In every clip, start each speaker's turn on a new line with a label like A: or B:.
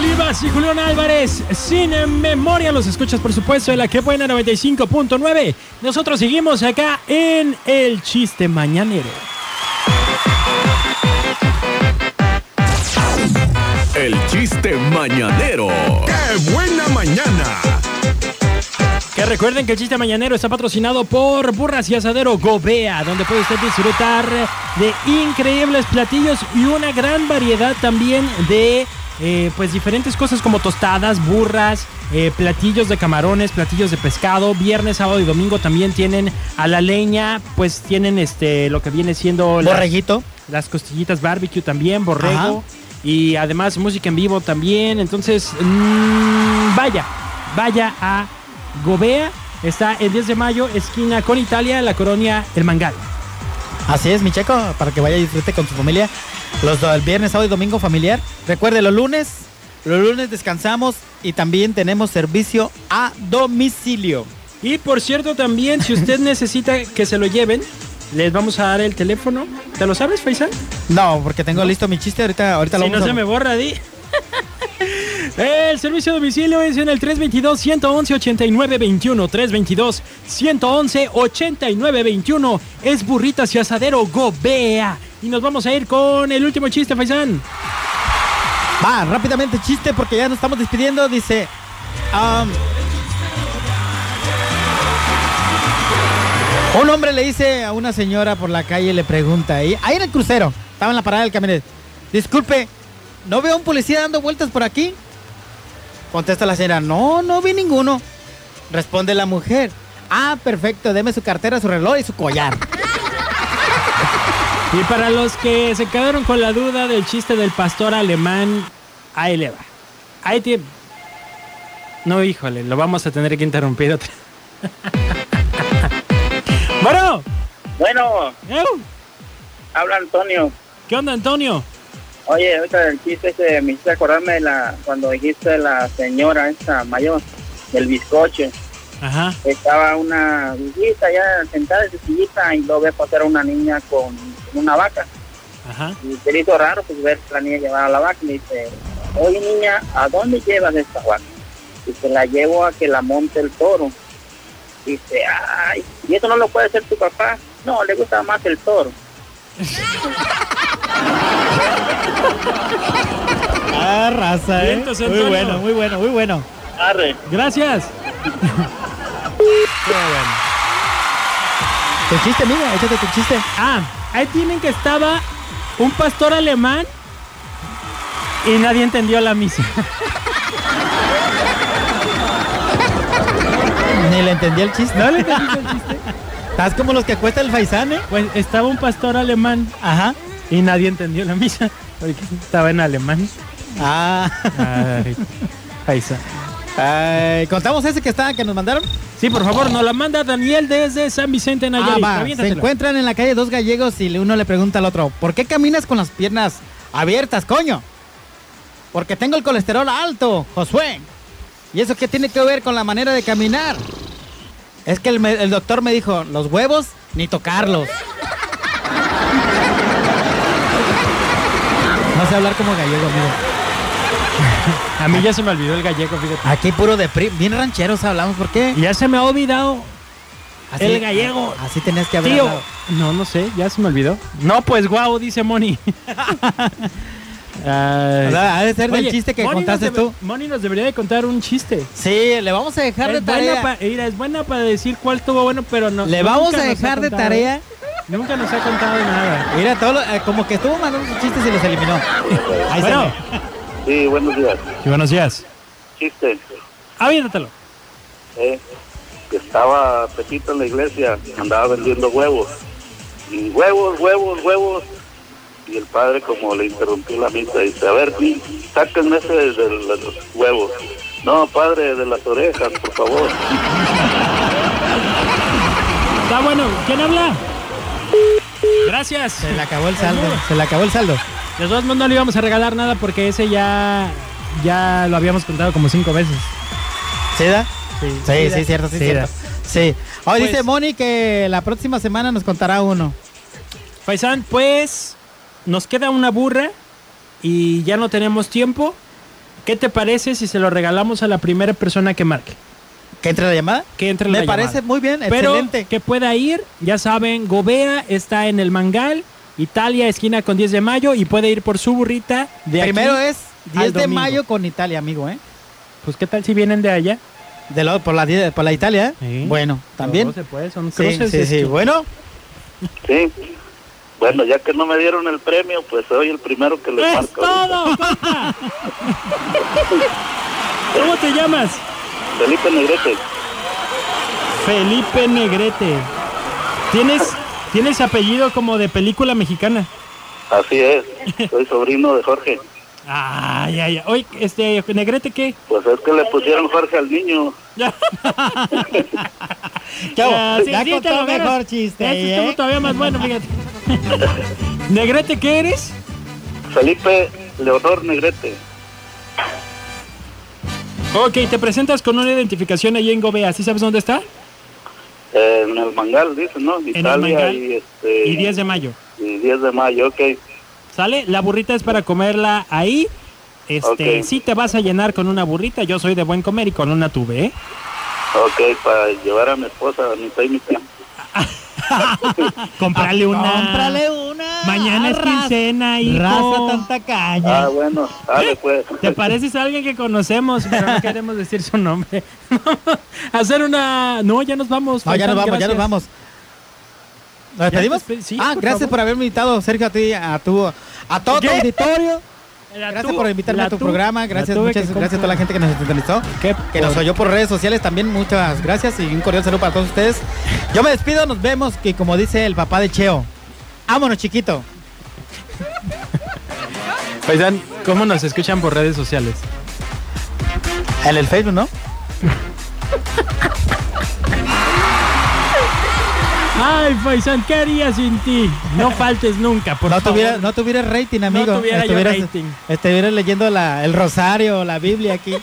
A: Díaz y Julián Álvarez, sin memoria, los escuchas por supuesto de la que buena 95.9. Nosotros seguimos acá en El Chiste Mañanero.
B: El chiste mañanero.
C: ¡Qué buena mañana!
A: Que recuerden que el chiste mañanero está patrocinado por Burras y Asadero Gobea, donde puede usted disfrutar de increíbles platillos y una gran variedad también de eh, pues diferentes cosas como tostadas, burras, eh, platillos de camarones, platillos de pescado. Viernes, sábado y domingo también tienen a la leña, pues tienen este lo que viene siendo las-
D: Borreguito.
A: las costillitas barbecue también, borrego. Y además música en vivo también. Entonces, mm, vaya, vaya a Gobea. Está el 10 de mayo, esquina con Italia, en la colonia El Mangal.
D: Así es, mi checo, para que vaya y disfrute con su familia. Los do- el viernes, sábado y domingo familiar. Recuerde, los lunes, los lunes descansamos y también tenemos servicio a domicilio.
A: Y por cierto, también, si usted necesita que se lo lleven, les vamos a dar el teléfono. ¿Te lo sabes, Faisal?
D: No, porque tengo listo mi chiste, ahorita, ahorita lo
A: Si no
D: vamos
A: se
D: a...
A: me borra, di. El servicio a domicilio es en el 322-111-8921. 322-111-8921. Es burritas y asadero Gobea. Y nos vamos a ir con el último chiste, Faisán.
D: Va, rápidamente chiste porque ya nos estamos despidiendo. Dice. um, am, un hombre le dice a una señora por la calle, le pregunta, ahí, ahí en el crucero, estaba en la parada del camionete. Disculpe, ¿no veo un policía dando vueltas por aquí? Contesta la señora, no, no vi ninguno. Responde la mujer, ah, perfecto, deme su cartera, su reloj y su collar.
A: Y para los que se quedaron con la duda del chiste del pastor alemán, ahí le va. Ahí tiene. No, híjole, lo vamos a tener que interrumpir otra. bueno,
E: Bueno,
A: ¿eh?
E: habla Antonio.
A: ¿qué onda, Antonio?
E: Oye, ahorita el chiste ese me hiciste acordarme de la, cuando dijiste la señora esta mayor del bizcocho.
A: Ajá.
E: Estaba una viejita ya sentada en su sillita y lo ve pasar una niña con, con una vaca.
A: Ajá.
E: Y se le hizo raro pues ver que la niña llevaba la vaca y le dice, oye niña, ¿a dónde llevas esta vaca? Dice, la llevo a que la monte el toro. Dice, ay, y eso no lo puede hacer tu papá. No, le gusta más el toro.
D: Ah, raza,
A: ¿eh? Vientos, Muy Antonio. bueno,
D: muy bueno, muy bueno.
E: Arre.
A: Gracias.
D: Tu chiste, mira, échate tu chiste.
A: Ah, ahí tienen que estaba un pastor alemán y nadie entendió la misa.
D: Ni le entendí el chiste.
A: ¿No le entendiste el chiste?
D: Estás como los que cuesta el faisán, ¿eh?
A: Pues estaba un pastor alemán
D: Ajá.
A: y nadie entendió la misa. Porque estaba en alemán.
D: Ah.
A: Ay, paisa.
D: Ay, contamos ese que está, que nos mandaron.
A: Sí, por favor, nos la manda Daniel desde San Vicente
D: Ah,
A: Nayarit.
D: va. Se
A: Aviéntatelo.
D: encuentran en la calle dos gallegos y uno le pregunta al otro, ¿por qué caminas con las piernas abiertas, coño? Porque tengo el colesterol alto, Josué. ¿Y eso qué tiene que ver con la manera de caminar? Es que el, me- el doctor me dijo, los huevos, ni tocarlos. No sé hablar como gallego, amigo.
A: A mí ya se me olvidó el gallego, fíjate.
D: Aquí puro de... pri- Bien rancheros hablamos, ¿por qué?
A: Y ya se me ha olvidado.
D: Así-
A: El gallego.
D: Así tenías que haber
A: Tío.
D: hablado.
A: No, no sé, ya se me olvidó. No, pues guau, dice Moni. Ay.
D: O sea, ha de ser del
A: Oye,
D: chiste que
A: Moni nos
D: contaste
A: debe-
D: tú.
A: Moni nos debería de contar un chiste.
D: Sí, le vamos a dejar de
A: Es buena,
D: tarea.
A: Eh, pa- mira, es buena para decir cuál estuvo bueno, pero no.
D: Le
A: nunca
D: vamos a
A: nos ha
D: dejar de
A: contado. ¿eh?
D: tarea.
A: Nunca nos ha contado nada.
D: Mira, todo lo- eh, como que estuvo mandando sus chistes y los eliminó. Ahí se
A: bueno,
D: ve.
E: Sí, buenos días.
A: y buenos días.
E: Chiste.
A: Aviéntatelo.
E: ¿eh? que estaba Pepito en la iglesia, andaba vendiendo huevos. Y huevos, huevos, huevos. Y el padre como le interrumpió la misa, dice, a ver, pi- sáquenme ese de, de los huevos. No, padre, de las orejas, por favor.
A: Está bueno. ¿Quién habla? Gracias.
D: Se le acabó el saldo. Se le acabó el saldo.
A: De todos modos no le íbamos a regalar nada porque ese ya ya lo habíamos contado como cinco veces.
D: ¿Sí, da?
A: Sí,
D: Sí, sí, cierto, sí,
A: da.
D: cierto. Sí. Hoy
A: Pues-
D: dice Moni que la próxima semana nos contará uno.
A: Faisán, pues nos queda una burra y ya no tenemos tiempo. ¿Qué te parece si se lo regalamos a la primera persona que marque?
D: ¿Que entre la llamada?
A: Que entre
D: Me
A: la
D: parece
A: llamada?
D: muy bien,
A: Pero
D: excelente.
A: que pueda ir, ya saben, Gobea está en el Mangal, Italia, esquina con 10 de mayo, y puede ir por su burrita de
D: Primero
A: aquí
D: eh. es
A: al
D: 10 de
A: domingo.
D: mayo con Italia, amigo, ¿eh?
A: Pues qué tal si vienen de allá.
D: De lado, por la, 10 por la Italia, ¿eh?
A: Sí.
D: Bueno, también.
A: No se puede, pues, son
D: Sí,
A: cruces,
D: sí, sí.
A: este.
D: Bueno,
E: Sí. Bueno, ya que no me dieron el premio, pues soy el primero que le
A: ¡Es
E: marco. ahorita.
A: todo, compa! ¿Cómo te llamas?
E: Felipe Negrete.
A: Felipe Negrete. Tienes, tienes apellido como de película mexicana.
E: Así es. Soy sobrino de Jorge.
A: Ay, ay, ay. Oye, este, Negrete, ¿qué?
E: Pues es que le pusieron Jorge al niño.
D: ¿qué hago?
A: Ah, sí, sí,
D: ya
A: te
D: contó
A: lo ganas.
D: mejor chiste,
A: Este
D: ¿eh?
A: estuvo todavía más bueno, fíjate. Negrete, ¿qué eres?
E: Felipe Leonor Negrete.
A: Ok, te presentas con una identificación ahí en Gobea. ¿Sí sabes dónde está?
E: Eh, en el Mangal, dicen, ¿no?
A: el
E: Italia
A: Mangal.
E: y este...
A: Y 10 de mayo.
E: y 10 de mayo, ok.
A: ¿Sale? La burrita es para comerla ahí. Este,
E: Ok.
A: sí te vas a llenar con una burrita. Yo soy de buen comer y con una tuve,
D: Ah,
A: ¿eh?
E: Ok, para llevar a mi esposa, a mi técnica.
A: Comprale una.
D: Cómprale una.
A: Mañana es
D: Arras-
A: quincena, hijo.
D: Raza tanta caña.
E: Ah, bueno, dale pues.
A: ¿Eh? Te pareces a alguien que conocemos, pero no queremos decir su nombre. Hacer una. No, ya nos vamos.
D: No, ya nos
A: Faisán,
D: vamos, ya nos
A: gracias.
D: vamos. ¿Nos despedimos?
A: despe- sí,
D: ah,
A: por
D: gracias
A: favor.
D: por haberme invitado, Sergio, a ti, a tu, a todo tu
A: ¿Qué?
D: auditorio.
A: La
D: Gracias
A: tu-
D: por invitarme
A: la
D: a tu
A: tu-
D: programa. Gracias,
A: la tuve
D: muchas
A: que
D: gracias a toda la gente que nos sintonizó.
A: Qué
D: Que nos
A: por-
D: oyó por redes sociales también. Muchas gracias y un cordial saludo para todos ustedes. Yo me despido, nos vemos. Que como dice el papá de Cheo, vámonos, chiquito.
A: Faisán, ¿cómo nos escuchan por redes sociales?
D: En el Facebook, ¿no?
A: Ay, Faisán, ¿qué haría sin ti? No faltes nunca, por
D: no,
A: favor.
D: tuviera, no tuviera rating, amigo.
A: tuviera yo
D: estuvieras,
A: rating.
D: estuvieras leyendo la- el rosario, la Biblia aquí.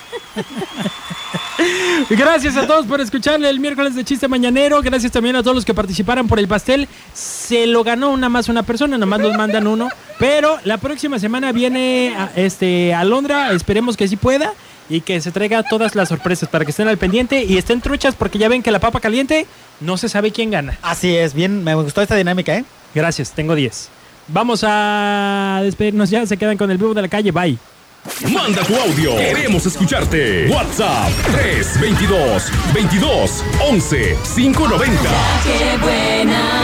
A: Gracias a todos por escuchar el miércoles de Chiste Mañanero. Gracias también a todos los que participaron por el pastel. Se lo ganó una más una persona, nomás nos mandan uno. Pero la próxima semana viene a, este, a Londra. Esperemos que sí pueda y que se traiga todas las sorpresas para que estén al pendiente y estén truchas porque ya ven que la papa caliente no se sabe quién gana.
D: Así es, bien, me gustó esta dinámica, ¿eh?
A: Gracias, tengo 10. Vamos a despedirnos ya. Se quedan con el vivo de la calle. Bye.
B: Manda tu audio. Queremos escucharte. WhatsApp 322 22 11 590.
F: Qué buena.